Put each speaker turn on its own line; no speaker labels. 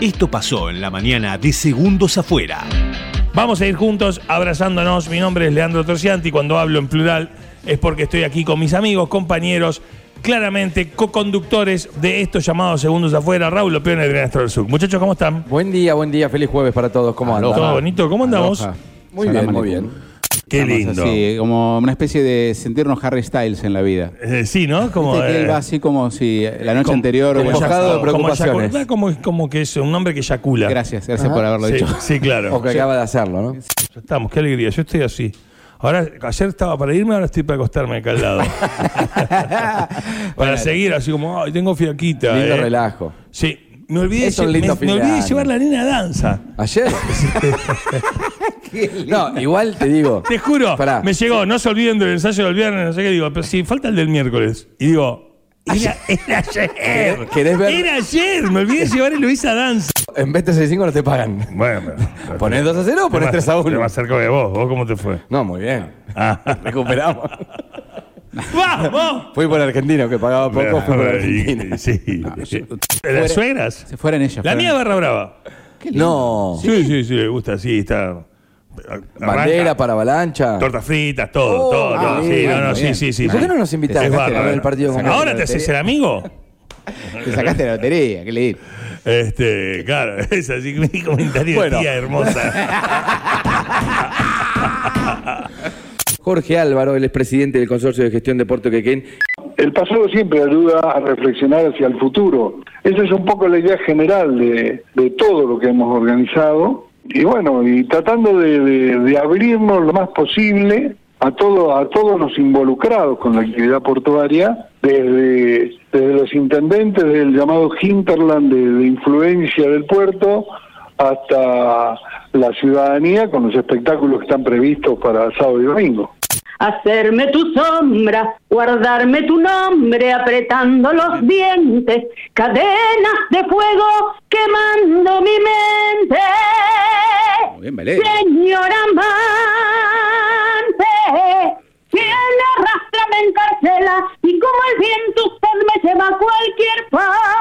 Esto pasó en la mañana de Segundos Afuera.
Vamos a ir juntos abrazándonos. Mi nombre es Leandro Torcianti. Cuando hablo en plural es porque estoy aquí con mis amigos, compañeros, claramente co-conductores de estos llamados Segundos Afuera, Raúl Lopeón y Adrián Sur. Muchachos, ¿cómo están?
Buen día, buen día, feliz jueves para todos. ¿Cómo andan?
¿Todo bonito? ¿Cómo andamos?
Aloha. Muy bien, muy bien.
Qué
Estamos
lindo.
así, como una especie de sentirnos Harry Styles en la vida.
Eh, sí, ¿no? Como,
Viste que
eh,
él va así como si la noche
como-
anterior
como
hubiera
ya-
estado
como
de preocupaciones.
ya- como, como que es un hombre que eyacula.
Gracias, gracias por haberlo
Sí,
dicho.
sí, claro.
O que acaba de hacerlo, ¿no?
Ya Estamos, qué alegría. Yo estoy así. Ahora, ayer estaba para irme, ahora estoy para acostarme acá al lado. para seguir así como, ay, tengo fiaquita.
Lindo
eh".
relajo.
Sí, me olvidé,
Es un
lle-
lindo
me-
fin
me
de
olvidé
año.
llevar la nena a danza.
Ayer. no, igual te digo.
Te juro,
Pará.
me llegó, no se olviden del ensayo del viernes, no sé qué, digo, pero si falta el del miércoles. Y digo, era, era ayer.
¿Querés- querés ver?
Era ayer, me olvidé llevar el Luis a danza.
En vez de 65 no te pagan.
Bueno,
¿Ponés 2 a 0 o ponés 3 a 1?
más cerca de vos, ¿vos cómo te fue?
No, muy bien.
Ah.
Recuperamos.
¡Vamos!
Fui por argentino, que pagaba poco, fui por
Y-
argentino.
y- Sí. ¿Las suegras?
Se fueran ellos.
La
fueran-
mía barra brava.
No.
Sí, sí, sí, le gusta, sí, está.
Bandera
arranca,
para avalancha.
Tortas fritas, todo,
Oh,
todo,
ah,
todo. Sí,
bien,
no, no, sí,
bien.
sí, sí.
¿Y por qué no nos
Es
invitaste
bárbaro.
a ver el partido con eh?
Ahora te haces el amigo.
Te sacaste la lotería, qué leí.
Este, claro, es así que mi comentario
Bueno.
de tía hermosa.
Jorge Álvaro, el expresidente del Consorcio de Gestión de Puerto Quequén.
El pasado siempre ayuda a reflexionar hacia el futuro. Esa es un poco la idea general de, de todo lo que hemos organizado. Y bueno, y tratando de, de- de abrirnos lo más posible a, todo, a todos los involucrados con la actividad portuaria, desde, desde los intendentes del llamado hinterland de- de influencia del puerto hasta la ciudadanía con los espectáculos que están previstos para sábado y domingo.
hacerme tu sombra, guardarme tu nombre apretando los dientes, cadenas de fuego quemando mi mente.
Muy bien, Valeria.
Señor amante, quien arrastra me encarcela y como el viento usted me lleva a cualquier parte.